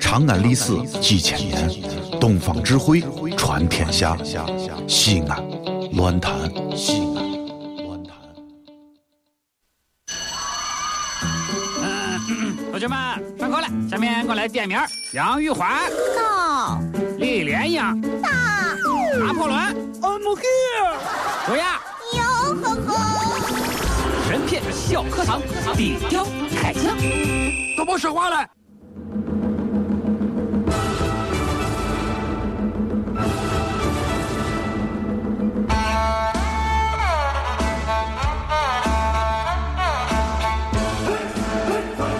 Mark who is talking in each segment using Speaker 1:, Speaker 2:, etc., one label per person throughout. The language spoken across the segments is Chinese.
Speaker 1: 长安历史几千年，东方智慧传天下。西安，乱谈西安，乱谈。
Speaker 2: 同学们上课了，下面给我来点名儿：杨玉环、
Speaker 3: 到
Speaker 2: 李莲英、
Speaker 3: 大
Speaker 2: 拿破仑、I'm here、卓雅。
Speaker 3: 哟呵呵，
Speaker 2: 神片小课堂，底雕开枪，都别说话了。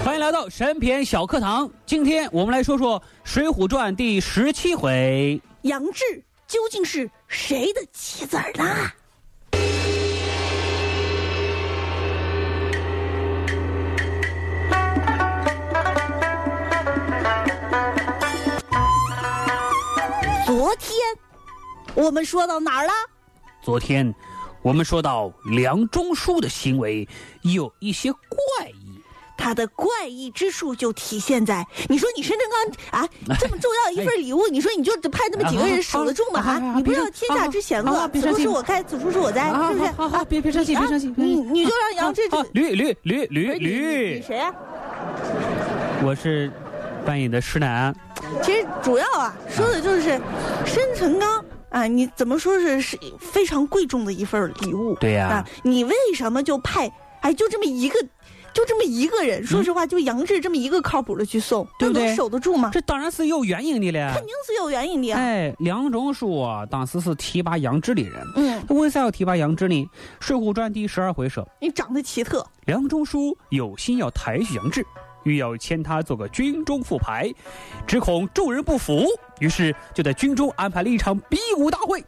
Speaker 2: 欢迎来到神篇小课堂，今天我们来说说《水浒传》第十七回。
Speaker 3: 杨志究竟是谁的妻子儿啦？昨天我们说到哪儿了？
Speaker 2: 昨天我们说到梁中书的行为有一些怪异，
Speaker 3: 他的怪异之处就体现在，你说你深圳刚啊，这么重要一份礼物，你说你就派那么几个人数得中吗？啊，你不知道天下之险恶，此处是我开，此处是我栽，是不是？啊，别别生气，别生气，嗯你你就让杨志
Speaker 2: 啊 啊驴驴驴驴
Speaker 3: 你
Speaker 2: 驴，
Speaker 3: 谁啊？
Speaker 2: 我是扮演的施南，
Speaker 3: 其实主要啊，说的就是申成刚啊，你怎么说是是非常贵重的一份礼物？
Speaker 2: 对呀
Speaker 3: 啊，你为什么就派哎就这么一个，就这么一个人？说实话，就杨志这么一个靠谱的去送，
Speaker 2: 对不对
Speaker 3: 那能守得住吗？
Speaker 2: 这当然是有原因的了
Speaker 3: 肯。定是有原因的呀。
Speaker 2: 哎，梁中书啊，当时是提拔杨志的人，
Speaker 3: 嗯，
Speaker 2: 为啥要提拔杨志呢？《水浒传》第十二回说，
Speaker 3: 你长得奇特，
Speaker 2: 梁中书有心要抬举杨志，欲要签他做个军中副牌，只恐众人不服，于是就在军中安排了一场比武大会。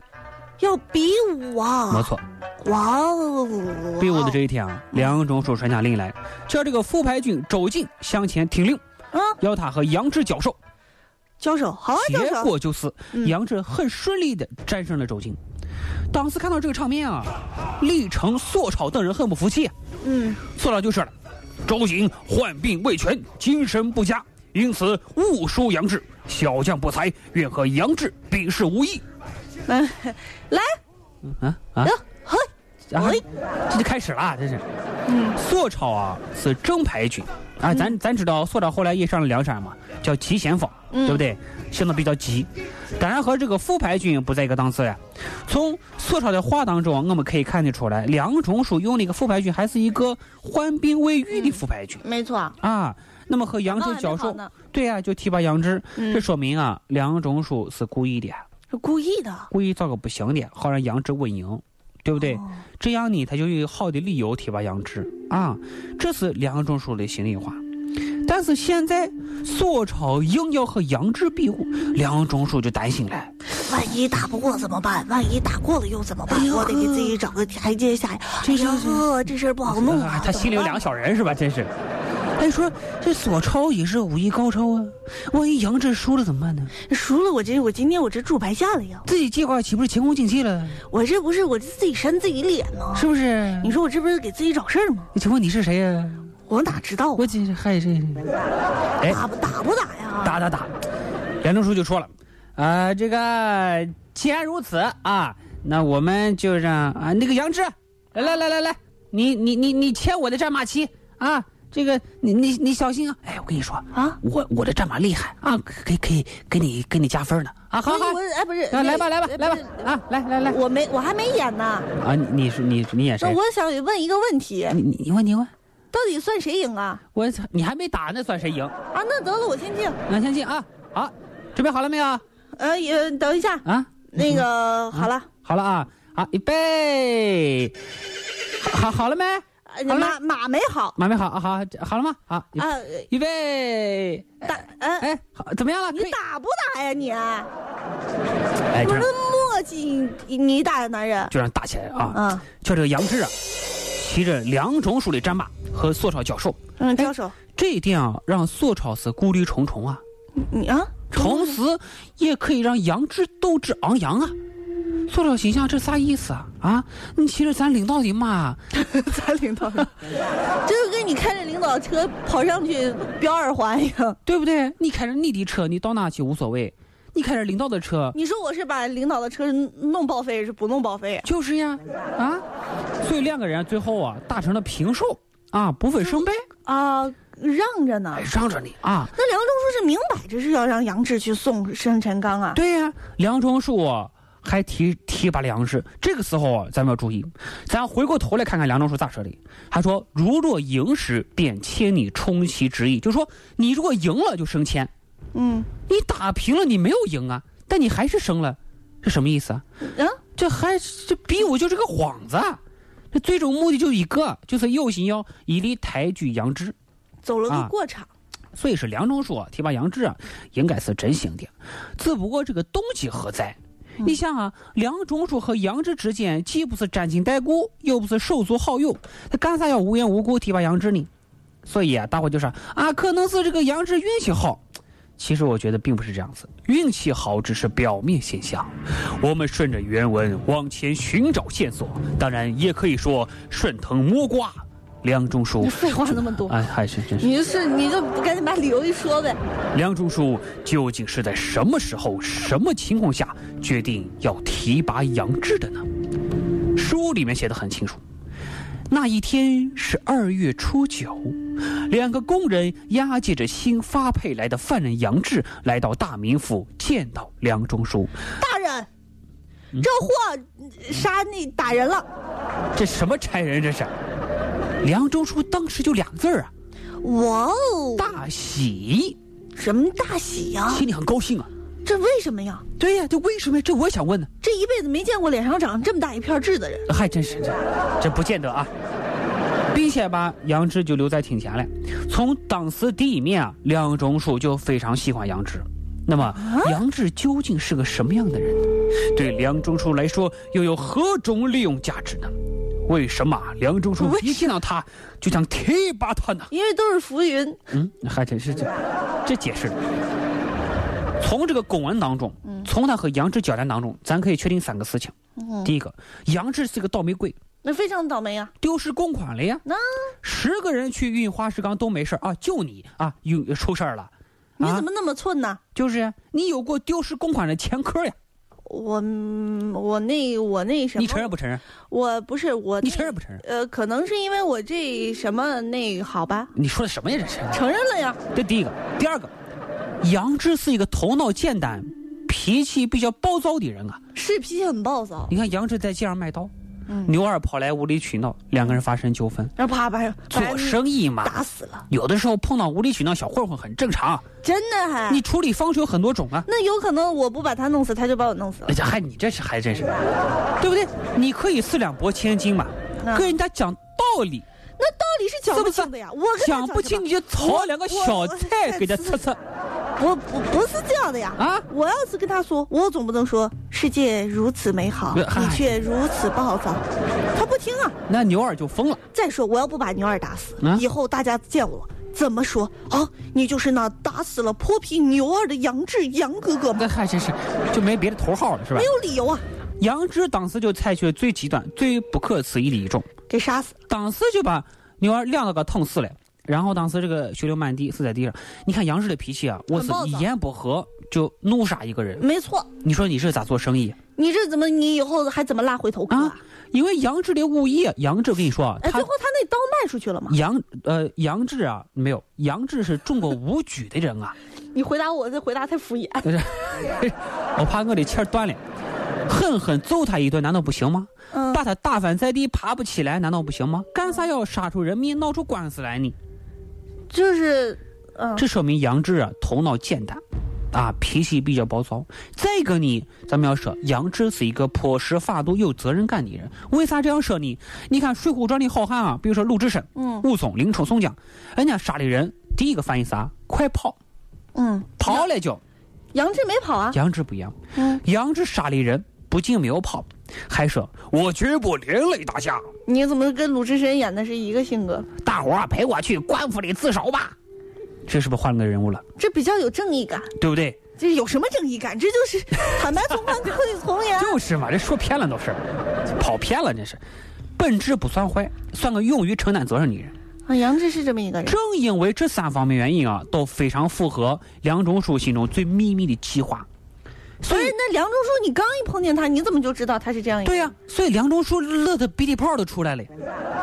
Speaker 3: 要比武
Speaker 2: 没
Speaker 3: 啊！
Speaker 2: 错，
Speaker 3: 哇哦，
Speaker 2: 比武的这一天啊，梁中书传下令来，叫这个副牌军周进向前听令，
Speaker 3: 啊，
Speaker 2: 要他和杨志交手。
Speaker 3: 交手好啊，交
Speaker 2: 结
Speaker 3: 手
Speaker 2: 果就是
Speaker 3: 嗯
Speaker 2: 杨志很顺利的战胜了周进。当时看到这个场面啊，历城、索超等人很不服气、啊，
Speaker 3: 嗯，
Speaker 2: 索超就是了，周瑾患病未痊，精神不佳，因此误输杨志，小将不才，愿和杨志比试无益。
Speaker 3: 嗯，来，
Speaker 2: 啊啊
Speaker 3: 哟，嘿，
Speaker 2: 啊
Speaker 3: 喂！
Speaker 2: 这就开始了，啊这是。
Speaker 3: 嗯，
Speaker 2: 索超啊是正牌军啊，咱咱知道索超后来也上了梁山嘛，叫急先锋，
Speaker 3: 嗯
Speaker 2: 对不对？行动比较急，当然和这个副牌军不在一个档次呀。从索超的话当中啊，我们可以看得出来，梁中书用那个副牌军还是一个患病未愈的副牌军、
Speaker 3: 嗯没错，
Speaker 2: 啊。那么和杨志交
Speaker 3: 哦刚刚还没好
Speaker 2: 手
Speaker 3: 呢，
Speaker 2: 对呀、就提拔杨志，
Speaker 3: 嗯
Speaker 2: 这说明啊，梁中书是故意的，
Speaker 3: 是故意的，
Speaker 2: 故意造个不行的，好让杨志稳赢，对不对？
Speaker 3: 哦
Speaker 2: 这样呢，他就有好的理由提拔杨志啊，这是梁中书的心里话。但是现在索超硬要和杨志比武，梁中书就担心了。
Speaker 3: 万一打不过怎么办？万一打过了又怎么办？我得给自己找个台阶下呀！哎呀呵，这事儿不好弄啊！
Speaker 2: 他心里有两个
Speaker 3: 怎
Speaker 2: 小人是吧？真是。哎，说这索超也是武艺高超啊，万一杨志输了怎么办呢？
Speaker 3: 么办，输了我这我今天我这住白下了呀！
Speaker 2: 自己计划岂不是前功尽弃了？
Speaker 3: 我这不是我这自己扇自己脸吗？
Speaker 2: 是不是？
Speaker 3: 你说我这不是给自己找事儿吗？
Speaker 2: 请问你是谁呀、
Speaker 3: 我哪知道啊？
Speaker 2: 我这嗨这哎
Speaker 3: 打不打不打呀？
Speaker 2: 打打打。梁中书就说了，啊，这个既然如此啊，那我们就让啊那个杨志，来来来来来，你你你你牵我的战马骑啊，这个你你你小心啊！哎，我跟你说
Speaker 3: 啊，
Speaker 2: 我我的战马厉害啊，可以可以给你给你加分呢啊！好好
Speaker 3: 哎，我哎不是，
Speaker 2: 啊来吧来吧
Speaker 3: 哎
Speaker 2: 来吧，啊，来来来
Speaker 3: 我没我还没演呢。
Speaker 2: 啊，你你是你你演
Speaker 3: 那
Speaker 2: 谁？
Speaker 3: 我想问一个问题，
Speaker 2: 你你你问你问，
Speaker 3: 到底算谁赢啊？
Speaker 2: 我操，你还没打呢，算谁赢？
Speaker 3: 啊，那得了，我先静。
Speaker 2: 那先进啊，好，准备好了没有
Speaker 3: 呃，也等一下，
Speaker 2: 啊？
Speaker 3: 那个好了，
Speaker 2: 好了啊，好，预备，好，好了没？
Speaker 3: 呃
Speaker 2: 好了
Speaker 3: 马马没好
Speaker 2: 马没好，啊好，好了吗？好，预
Speaker 3: 啊，
Speaker 2: 预备，
Speaker 3: 打嗯。
Speaker 2: 哎，好，怎么样了？可
Speaker 3: 你
Speaker 2: 以，
Speaker 3: 打不打呀你？啊
Speaker 2: 哎，
Speaker 3: 不
Speaker 2: 就是让
Speaker 3: 磨叽，你你打的男人，
Speaker 2: 就让打起来了啊！
Speaker 3: 嗯
Speaker 2: 就这个杨志啊，骑着两种属的战马和索超交手，
Speaker 3: 嗯，交手，
Speaker 2: 这一点啊，让索超是顾虑重重啊，
Speaker 3: 你啊，
Speaker 2: 同时也可以让杨志斗志昂扬啊。索超心想，这啥意思啊？啊，啊，你骑着咱领导的马，
Speaker 3: 咱领导， 就是跟你开着领导车跑上去飙二环一样。
Speaker 2: 对不对？你开着你的车，你到哪去无所谓，你开着领导的车，
Speaker 3: 你说我是把领导的车弄报废，是不弄报废？
Speaker 2: 就是呀，啊，所以两个人最后啊打成了平手啊，不分胜败，
Speaker 3: 啊、让着呢。
Speaker 2: 让着你啊。
Speaker 3: 那梁中书是明摆着是要让杨志去送生辰纲啊。
Speaker 2: 对呀、梁中书啊还提提拔粮食。这个时候啊，咱们要注意，咱回过头来看看梁中书咋说的。他说：“如若赢时，便切你充其之意。”就是说，你如果赢了就升迁，
Speaker 3: 嗯
Speaker 2: 你打平了你没有赢啊，但你还是升了，是什么意思啊？
Speaker 3: 啊，
Speaker 2: 这还这比武就是个幌子啊，这最终目的就一个，就是有心要以利抬举杨志。
Speaker 3: 走了
Speaker 2: 啊
Speaker 3: 个过场。
Speaker 2: 所以是梁中书啊，提拔杨志啊，应该是真心的。只不过这个动机何在？你
Speaker 3: 嗯
Speaker 2: 想啊，梁中书和杨志之间既不是沾亲带故，又不是手足好友，他干啥要无缘无故提拔杨志呢？所以啊，大伙就说啊，可能是这个杨志运气好。其实我觉得并不是这样子，运气好只是表面现象。我们顺着原文往前寻找线索，当然也可以说顺藤摸瓜。梁中书
Speaker 3: 你，废话那么多，
Speaker 2: 哎，还是真是。
Speaker 3: 你是你就赶紧把理由一说呗。
Speaker 2: 梁中书究竟是在什么时候、什么情况下决定要提拔杨志的呢？书里面写的很清楚，那一天是二月初九，两个工人押解着新发配来的犯人杨志来到大名府，见到梁中书，
Speaker 3: 大
Speaker 2: 嗯
Speaker 3: 人，这货杀那打人了，
Speaker 2: 这什么差人这是？梁中书当时就俩字儿啊，
Speaker 3: 哇哦，嗯
Speaker 2: 大喜，
Speaker 3: 什么大喜呀、
Speaker 2: 心里很高兴啊。
Speaker 3: 这为什么呀？
Speaker 2: 对呀、这为什么呀？这我也想问呢。
Speaker 3: 这一辈子没见过脸上长这么大一片痣的人，
Speaker 2: 还真是这，这不见得啊。并且把杨志就留在厅前了。从当时第一面啊，梁中书就非常喜欢杨志。那么，杨志究竟是个什么样的人呢？对梁中书来说，又有何种利用价值呢？为什么啊梁中书
Speaker 3: 为
Speaker 2: 一见到他就想提拔他呢？
Speaker 3: 因为都是浮云。
Speaker 2: 嗯，还真是这，这解释。从这个公文当中，从他和杨志交谈当中，咱可以确定三个事情。第一个，杨志是个倒霉鬼，
Speaker 3: 那非常倒霉啊！
Speaker 2: 丢失公款了呀。
Speaker 3: 那
Speaker 2: 十个人去运花石纲都没事儿啊，就你啊，有出事儿了。
Speaker 3: 你
Speaker 2: 啊
Speaker 3: 怎么那么寸呢？
Speaker 2: 就是呀你有过丢失公款的前科呀？
Speaker 3: 我嗯我那我那什么？
Speaker 2: 你承认？不承认？
Speaker 3: 我不是我，
Speaker 2: 你承认？不承认？
Speaker 3: 呃，可能是因为我这什么那好吧，
Speaker 2: 你说的什么呀？这是？
Speaker 3: 承认了呀。
Speaker 2: 这第一个，第二个，杨志是一个头脑简单、脾气比较暴躁的人啊。
Speaker 3: 是脾气很暴躁，
Speaker 2: 你看杨志在街上卖刀，
Speaker 3: 嗯
Speaker 2: 牛二跑来无理取闹，两个人发生纠纷，
Speaker 3: 然后啪把把
Speaker 2: 做
Speaker 3: 人
Speaker 2: 生意嘛。
Speaker 3: 打死了，
Speaker 2: 有的时候碰到无理取闹小混混很正常，
Speaker 3: 真的还。
Speaker 2: 你处理方式有很多种啊。
Speaker 3: 那有可能我不把他弄死，他就把我弄死了
Speaker 2: 哎。呀，还你这是还真是，对不对？你可以四两拨千斤嘛，
Speaker 3: 嗯
Speaker 2: 跟人家讲道理，
Speaker 3: 那道理是讲不清的呀，我跟他
Speaker 2: 讲不清你就炒两个小菜给他吃吃。
Speaker 3: 我不不是这样的呀。
Speaker 2: 啊
Speaker 3: 我要是跟他说，我总不能说世界如此美好，
Speaker 2: 呃嗨
Speaker 3: 你却如此暴躁，他不听啊。
Speaker 2: 那牛二就疯了，
Speaker 3: 再说，我要不把牛二打死，
Speaker 2: 嗯
Speaker 3: 以后大家见我怎么说啊？你就是那打死了泼皮牛二的杨志杨哥哥吗？
Speaker 2: 那还真是就没别的头号了，是吧
Speaker 3: 没？有理由啊，
Speaker 2: 杨志当时就采取了最极端、最不可思议的一种，
Speaker 3: 给杀死。
Speaker 2: 当时就把牛二撂了个捅死了。然后当时这个血流满地，死在地上。你看杨志的脾气啊，我
Speaker 3: 很
Speaker 2: 是
Speaker 3: 暴躁
Speaker 2: 一言不合就怒杀一个人。
Speaker 3: 没错，
Speaker 2: 你说你这咋做生意
Speaker 3: 你这怎么你以后还怎么拉回头客
Speaker 2: 啊？因为杨志的武艺啊，杨志我跟你说啊，
Speaker 3: 哎，
Speaker 2: 他
Speaker 3: 最后他那刀卖出去了吗？
Speaker 2: 杨呃杨志啊，没有杨志是中过武举的人啊，
Speaker 3: 你回答我，这回答太敷衍。
Speaker 2: 就是 我怕我的气儿断了，狠狠揍他一顿难道不行吗？
Speaker 3: 嗯，
Speaker 2: 把他打翻在地爬不起来难道不行吗？干啥要杀出人命闹出官司来呢？
Speaker 3: 就是，嗯，
Speaker 2: 这说明杨志啊头脑简单，啊脾气比较暴躁。再一个呢，咱们要说杨志是一个朴实法度、有责任感的人。为啥这样说呢？你看《水浒传》里好汉啊，比如说鲁智深、
Speaker 3: 嗯
Speaker 2: 武松、林冲、宋江，人家杀的人第一个反应啥？快跑！
Speaker 3: 嗯，
Speaker 2: 跑了就。
Speaker 3: 杨志没跑啊，
Speaker 2: 杨志不一样，
Speaker 3: 嗯
Speaker 2: 杨志杀了人，不仅没有跑，还说我绝不连累大家，
Speaker 3: 你怎么跟鲁智深演的是一个性格？
Speaker 2: 大伙儿啊陪我去官府里自首吧。这是不是换了个人物了？
Speaker 3: 这比较有正义感，
Speaker 2: 对不对？
Speaker 3: 这有什么正义感？这就是坦白从宽， 克己从严。
Speaker 2: 就是嘛，这说偏了都是，跑偏了这是。本质不算坏，算个勇于承担责任的人。
Speaker 3: 啊，杨志是这么一个人。
Speaker 2: 正因为这三方面原因啊，都非常符合梁中书心中最秘密的计划。
Speaker 3: 所以那梁中书，你刚一碰见他，你怎么就知道他是这样一个？
Speaker 2: 对呀、所以梁中书乐得鼻涕泡都出来了。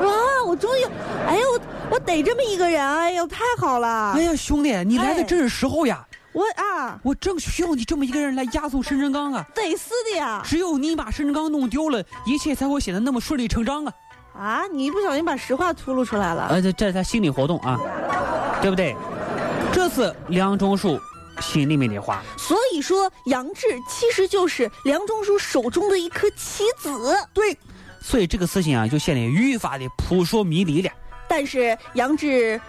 Speaker 3: 哇，我终于，哎呦，我我逮这么一个人，哎呦，太好了！
Speaker 2: 哎呀，兄弟，你来
Speaker 3: 哎
Speaker 2: 的正是时候呀！
Speaker 3: 我啊，
Speaker 2: 我正需要你这么一个人来押送沈振刚啊！
Speaker 3: 得死的呀！
Speaker 2: 只有你把沈振刚弄丢了，一切才会显得那么顺理成章啊！
Speaker 3: 啊，你一不小心把实话秃噜出来了。
Speaker 2: 呃，这这是他心理活动啊，对不对？这是梁中书心里面的话。
Speaker 3: 所以说，杨志其实就是梁中书手中的一颗棋子。
Speaker 2: 对，所以这个事情啊，就显得愈发的扑朔迷离了。
Speaker 3: 但是杨志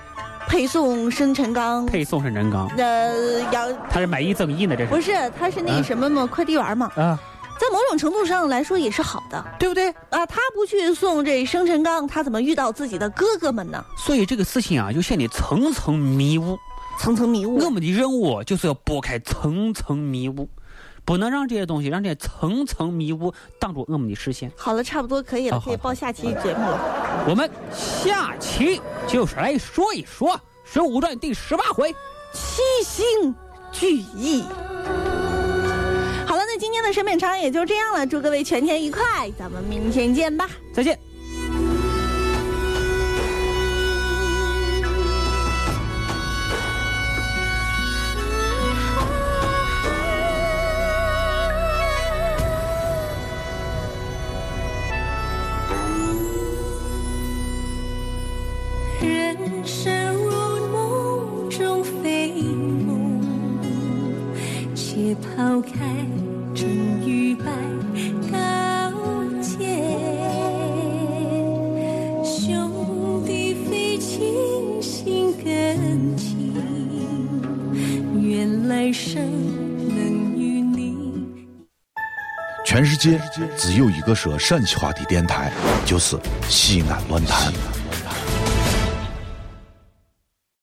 Speaker 3: 配送申辰纲，
Speaker 2: 配送沈振刚，
Speaker 3: 呃，杨
Speaker 2: 他是买一赠一呢，这
Speaker 3: 不
Speaker 2: 是
Speaker 3: 是他是那
Speaker 2: 嗯
Speaker 3: 什么嘛，快递员嘛，
Speaker 2: 啊，
Speaker 3: 在某种程度上来说也是好的。
Speaker 2: 对不对？
Speaker 3: 啊，他不去送这生辰纲，他怎么遇到自己的哥哥们呢？
Speaker 2: 所以这个事情啊，就显得层层迷雾。
Speaker 3: 层层迷雾。
Speaker 2: 我们的任务就是要拨开层层迷雾，不能让这些东西，让这些层层迷雾挡住我们的视线。
Speaker 3: 好了，差不多可以了，
Speaker 2: 啊好
Speaker 3: 可以报下期节目了。
Speaker 2: 我们下期就是来说一说《水浒传》第十八回。
Speaker 3: 七星聚义。好了，那今天的审美茶也就这样了，祝各位全天愉快，咱们明天见吧。
Speaker 2: 再见。
Speaker 4: 人生如梦中飞梦，且抛开成与败高阶。兄弟非亲心更亲，愿来生能与你。
Speaker 1: 全世界只有一个说陕西话的电台，就是西安论坛。